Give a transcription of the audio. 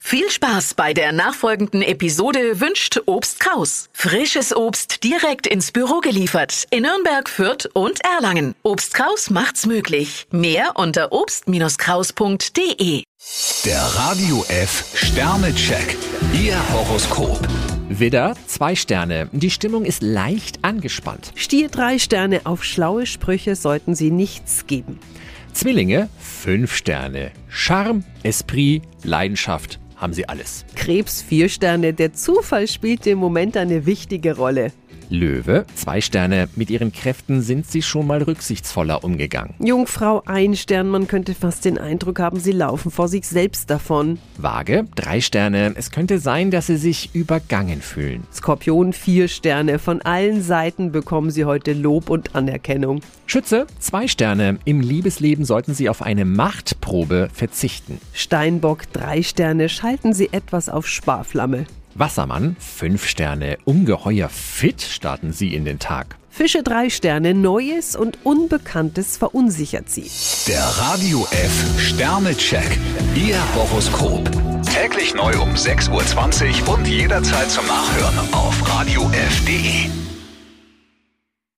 Viel Spaß bei der nachfolgenden Episode wünscht Obst Kraus. Frisches Obst direkt ins Büro geliefert in Nürnberg, Fürth und Erlangen. Obst Kraus macht's möglich. Mehr unter obst-kraus.de. Der Radio F Sternecheck. Ihr Horoskop. Widder, zwei Sterne. Die Stimmung ist leicht angespannt. Stier drei Sterne auf schlaue Sprüche sollten Sie nichts geben. Zwillinge, fünf Sterne. Charme, Esprit, Leidenschaft haben sie alles. Krebs vier Sterne, der Zufall spielt im Moment eine wichtige Rolle. Löwe, zwei Sterne. Mit ihren Kräften sind sie schon mal rücksichtsvoller umgegangen. Jungfrau ein Stern, man könnte fast den Eindruck haben, Sie laufen vor sich selbst davon. Waage, drei Sterne. Es könnte sein, dass sie sich übergangen fühlen. Skorpion vier Sterne, von allen Seiten bekommen Sie heute Lob und Anerkennung. Schütze, zwei Sterne. Im Liebesleben sollten sie auf eine Machtprobe verzichten. Steinbock drei Sterne, schalten Sie etwas auf Sparflamme. Wassermann, fünf Sterne. Ungeheuer fit starten sie in den Tag. Fische drei Sterne, Neues und Unbekanntes verunsichert Sie. Der Radio F Sternecheck. Ihr Horoskop. Täglich neu um 6.20 Uhr und jederzeit zum Nachhören auf Radio radiof.de.